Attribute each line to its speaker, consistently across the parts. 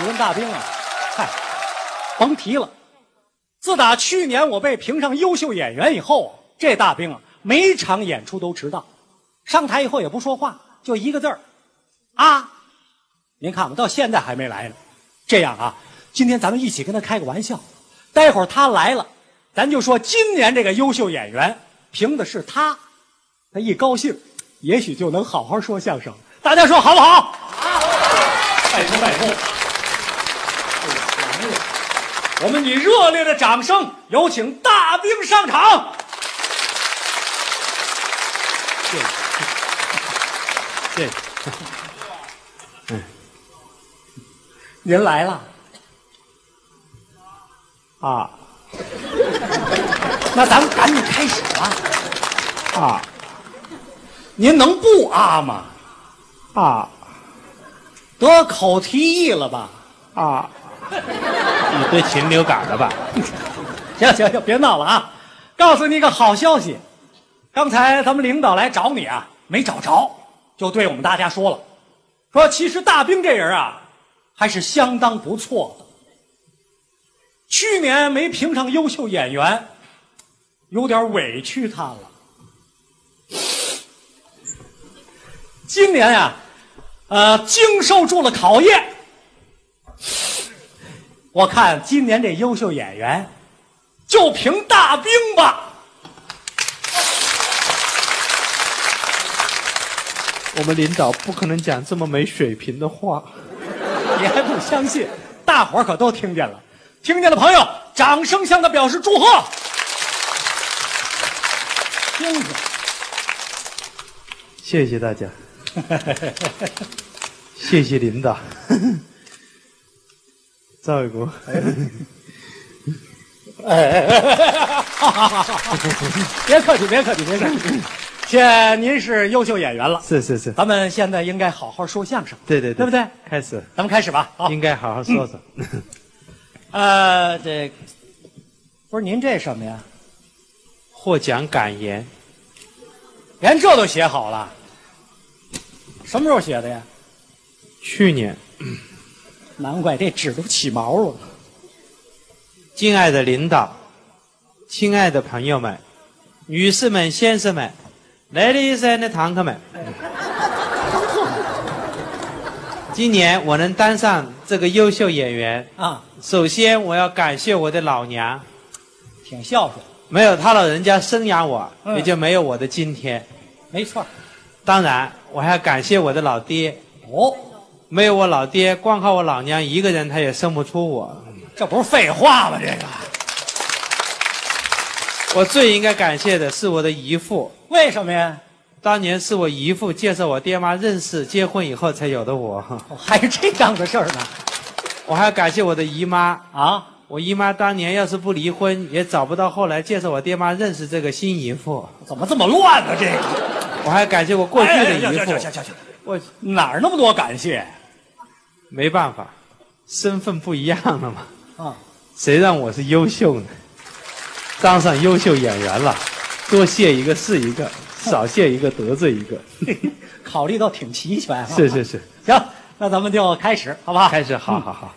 Speaker 1: 你问大兵啊，嗨，甭提了。自打去年我被评上优秀演员以后，这大兵啊，每场演出都迟到，上台以后也不说话，就一个字儿，啊。您看吧，到现在还没来呢。这样啊，今天咱们一起跟他开个玩笑，待会儿他来了，咱就说今年这个优秀演员评的是他，他一高兴，也许就能好好说相声。大家说好不好？拜托拜托！我们以热烈的掌声有请大兵上场。谢谢，谢谢。您来了啊，那咱们赶紧开始吧。啊，您能不啊吗？啊，得口蹄疫了吧？啊。
Speaker 2: 你得禽流感了吧？
Speaker 1: 行行行，别闹了啊！告诉你一个好消息，刚才咱们领导来找你啊，没找着，就对我们大家说了，说其实大兵这人啊，还是相当不错的。去年没评上优秀演员，有点委屈他了。今年呀、呃，经受住了考验，我看今年这优秀演员，就凭大兵吧。
Speaker 2: 我们领导不可能讲这么没水平的话。
Speaker 1: 你还不相信？大伙儿可都听见了，听见的朋友，掌声向他表示祝贺。听听，
Speaker 2: 谢谢大 家，谢谢领导。赵卫国，
Speaker 1: 别客气，别客气，别客气。现在您是优秀演员了，
Speaker 2: 是是是，
Speaker 1: 咱们现在应该好好说相声。
Speaker 2: 对对
Speaker 1: 对不对？
Speaker 2: 开始，嗯
Speaker 1: 咱们开始吧。好，
Speaker 2: 应该好好说说。
Speaker 1: 呃，这不是您这啊什么呀？
Speaker 2: 获奖感言，
Speaker 1: 连这都写好了，什么时候写的呀？
Speaker 2: 去年，
Speaker 1: 难怪这纸都起毛了。
Speaker 2: 敬爱的领导，亲爱的朋友们，女士们、先生们，ladies and 堂客们， 今年我能当上这个优秀演员，
Speaker 1: 啊，
Speaker 2: 首先，我要感谢我的老娘，
Speaker 1: 挺孝顺，
Speaker 2: 没有她老人家生养我，
Speaker 1: 嗯
Speaker 2: 也就没有我的今天。
Speaker 1: 没错儿。
Speaker 2: 当然，我还要感谢我的老爹，
Speaker 1: 哦，
Speaker 2: 没有我老爹，光靠我老娘一个人，她也生不出我。
Speaker 1: 这不是废话吗？这个
Speaker 2: 我最应该感谢的是我的姨父，
Speaker 1: 为什么呀？
Speaker 2: 当年是我姨父介绍我爹妈认识，结婚以后才有的我。
Speaker 1: 哦还是这样的事儿呢？
Speaker 2: 我还要感谢我的姨妈，
Speaker 1: 啊，
Speaker 2: 我姨妈当年要是不离婚，也找不到后来介绍我爹妈认识这个新姨父。
Speaker 1: 怎么这么乱呢？这个
Speaker 2: 我还感谢我过去
Speaker 1: 哎
Speaker 2: 的
Speaker 1: 哎行
Speaker 2: 姨
Speaker 1: 行
Speaker 2: 父，
Speaker 1: 行行行行
Speaker 2: 我
Speaker 1: 哪儿那么多感谢
Speaker 2: 没办法，身份不一样了嘛。
Speaker 1: 啊？
Speaker 2: 谁让我是优秀呢？当上优秀演员了，多谢一个是一个，少谢一个得罪一个。
Speaker 1: 考虑到挺齐全、啊。
Speaker 2: 是是是，
Speaker 1: 行，那咱们就开始，好不好？
Speaker 2: 开始好好好。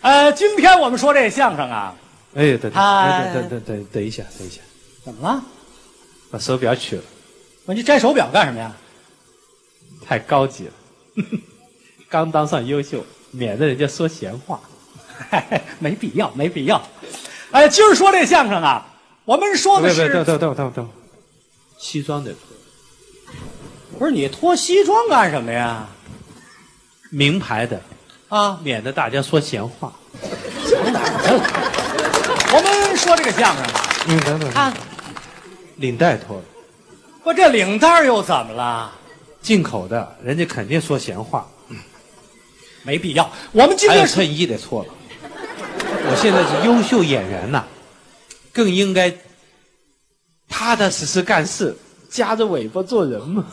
Speaker 1: 呃，今天我们说这相声啊，
Speaker 2: 哎呀，等等
Speaker 1: 啊
Speaker 2: 哎等等等等等一下，等一下，
Speaker 1: 怎么了？
Speaker 2: 把手表取了，
Speaker 1: 我这摘手表干什么呀？
Speaker 2: 太高级了。 刚当上优秀，免得人家说闲话。
Speaker 1: 没必要，没必要。哎，今儿说这相声啊，我们说的
Speaker 2: 别别，
Speaker 1: 是
Speaker 2: 等等等等等，西装的
Speaker 1: 不是你脱西装干什么呀？
Speaker 2: 名牌的，
Speaker 1: 啊，
Speaker 2: 免得大家说闲话。
Speaker 1: 我们说这个相声啊，
Speaker 2: 嗯，等等，
Speaker 1: 看
Speaker 2: 领带脱了，
Speaker 1: 我这领带儿又怎么了？
Speaker 2: 进口的，人家肯定说闲话。
Speaker 1: 没必要。我们今
Speaker 2: 还有
Speaker 1: 天是
Speaker 2: 衬衣得错了。我现在是优秀演员呐、更应该踏踏实实干事，夹着尾巴做人嘛。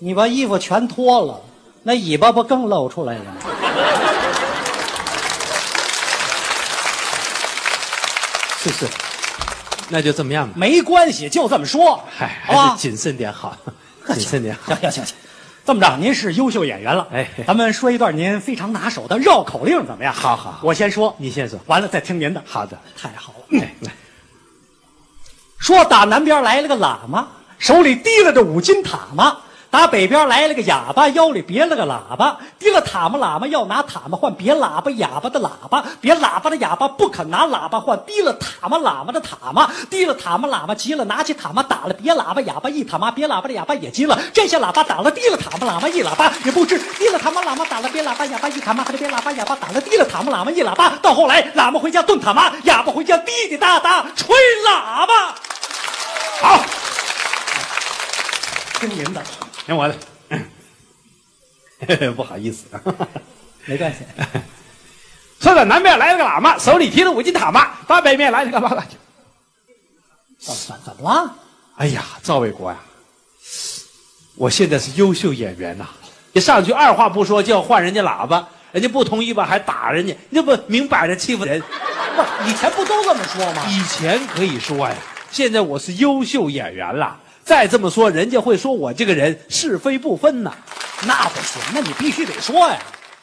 Speaker 1: 你把衣服全脱了，那尾巴不更露出来了吗？
Speaker 2: 是不是？那就这么样吧。哎
Speaker 1: 没关系，就这么说，
Speaker 2: 嗨，
Speaker 1: 好吧
Speaker 2: 还是？谨慎点好，谨慎点好。
Speaker 1: 行行行行行，这么着，您是优秀演员了，
Speaker 2: 哎
Speaker 1: 咱们说一段您非常拿手的绕口令怎么样？
Speaker 2: 好好好
Speaker 1: 我先说，
Speaker 2: 你先说
Speaker 1: 完了再听您的。
Speaker 2: 好的，
Speaker 1: 太好了。嗯说打南边来了个喇嘛，手里提了着五斤塔嘛；打北边来了个哑巴，腰里别了个喇叭，提了塔嘛喇嘛要拿塔嘛换别喇叭哑巴的喇叭，别喇叭的哑巴不肯拿喇叭换，提了塔嘛喇嘛的塔嘛，提了塔嘛喇嘛急了，拿起塔嘛打了别喇叭哑巴一塔嘛，别喇叭的哑巴也急了，这下喇叭打了提了塔嘛喇嘛一喇叭也不知，提了塔嘛喇嘛打了别喇叭哑巴一塔嘛，还得别喇叭哑巴打了提了塔嘛喇嘛一喇叭，到后来喇嘛回家炖塔嘛，哑巴回家滴滴答答吹喇叭。
Speaker 2: 好，
Speaker 1: 听您的，
Speaker 2: 听我的。 不好意思，
Speaker 1: 没关系。
Speaker 2: 说到南边来了个喇嘛，手里提了五斤塔嘛，到北面来了个喇嘛。
Speaker 1: 怎怎怎么了？
Speaker 2: 哎呀，赵卫国呀、我现在是优秀演员呐、一上去二话不说就要换人家喇叭，人家不同意吧还打人家，那不明摆着欺负人。
Speaker 1: 不是，以前不都这么说吗？
Speaker 2: 以前可以说呀，现在我是优秀演员了，再这么说人家会说我这个人是非不分呐。
Speaker 1: 那不行，那你必须得说呀，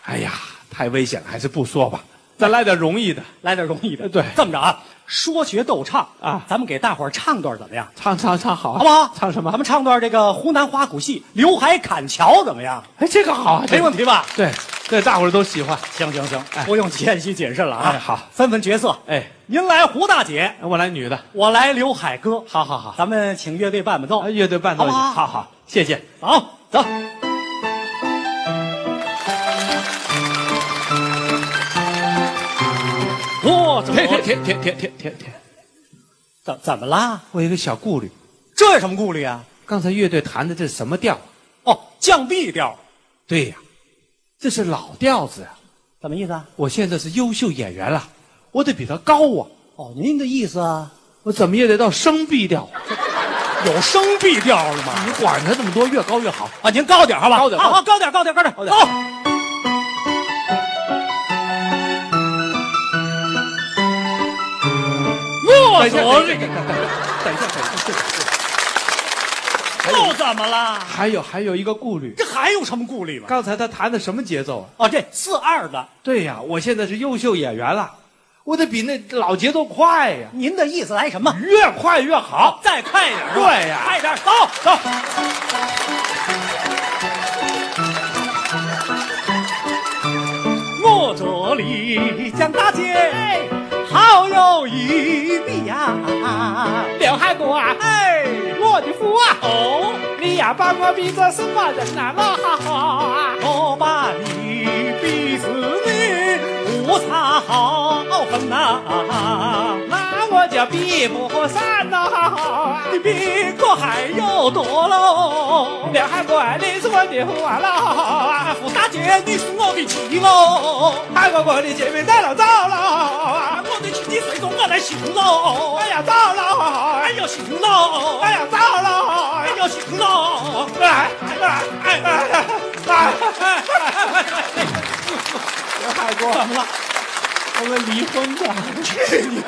Speaker 2: 哎呀，太危险了，还是不说吧，咱来点容易的，
Speaker 1: 来点容易的。
Speaker 2: 对
Speaker 1: 这么着啊，说学逗唱
Speaker 2: 啊
Speaker 1: 咱们给大伙儿唱段怎么样？
Speaker 2: 唱唱唱好啊，
Speaker 1: 好不好？
Speaker 2: 唱什么
Speaker 1: 咱？们唱段这个湖南花鼓戏《刘海砍樵》怎么样？
Speaker 2: 哎，这个好啊，
Speaker 1: 没问题吧？
Speaker 2: 对，对，大伙儿都喜欢。
Speaker 1: 行行行
Speaker 2: 哎，
Speaker 1: 不用谦虚谨慎了啊。
Speaker 2: 哎好，
Speaker 1: 分分角色。
Speaker 2: 哎，
Speaker 1: 您来胡大姐，
Speaker 2: 我来女的，
Speaker 1: 我来刘海哥。
Speaker 2: 好好好，
Speaker 1: 咱们请乐队伴伴奏
Speaker 2: 哎。乐队伴奏一下，
Speaker 1: 好不好
Speaker 2: 好，谢谢。
Speaker 1: 好，
Speaker 2: 走。
Speaker 1: 我怎么
Speaker 2: 停停停停停停停停！
Speaker 1: 怎怎么啦？
Speaker 2: 我有一个小顾虑，
Speaker 1: 这有什么顾虑啊？
Speaker 2: 刚才乐队弹的这是什么调？
Speaker 1: 哦，降 B 调，
Speaker 2: 对呀、这是老调子呀、
Speaker 1: 什么意思啊？
Speaker 2: 我现在是优秀演员了，我得比他高啊！
Speaker 1: 哦，您的意思啊，
Speaker 2: 我怎么也得到升 B 调。
Speaker 1: 有升 B 调了吗？
Speaker 2: 你管他那么多，越高越好。
Speaker 1: 啊，您高点儿好吧？
Speaker 2: 高点儿
Speaker 1: 好好高点儿，高点儿，高点儿，
Speaker 2: 高点儿
Speaker 1: 好。莫
Speaker 2: 等
Speaker 1: 总，
Speaker 2: 一下，等一下，等一下。
Speaker 1: 又怎么了？
Speaker 2: 还有还有一个顾虑，
Speaker 1: 哎这还有什么顾虑吗？
Speaker 2: 刚才他弹的什么节奏啊？
Speaker 1: 哦，这四二的，
Speaker 2: 对呀、我现在是优秀演员了，我得比那老节奏快呀、
Speaker 1: 您的意思来什么？
Speaker 2: 越快越好。
Speaker 1: 再快一点儿，
Speaker 2: 对呀
Speaker 1: 快点儿，走走。我这里江大姐，好有一比呀、
Speaker 2: 刘海国啊，
Speaker 1: 哎，
Speaker 2: 我的夫啊，
Speaker 1: 哦，
Speaker 2: 你呀把我比作什么人呐、啊？哈哈啊！
Speaker 1: 我把你比子女无差好分呐、
Speaker 2: 那我就比不上喽。
Speaker 1: 你比过还要多喽。
Speaker 2: 刘海国，你是我的夫啊
Speaker 1: 啊，
Speaker 2: 喽。
Speaker 1: 付大姐，你是我的妻喽。
Speaker 2: 韩国国的姐妹带了走喽，
Speaker 1: 我的亲戚谁说我来行喽？
Speaker 2: 哎
Speaker 1: 哎呀，
Speaker 2: 呀走喽，
Speaker 1: 哎
Speaker 2: 哎
Speaker 1: 呀行喽，
Speaker 2: 哎
Speaker 1: 哎呀，
Speaker 2: 呀走喽，
Speaker 1: 哎呀行喽，
Speaker 2: 哎哎哎哎哎！刘海国，
Speaker 1: 么了？
Speaker 2: 我们离婚吧。
Speaker 1: 去你！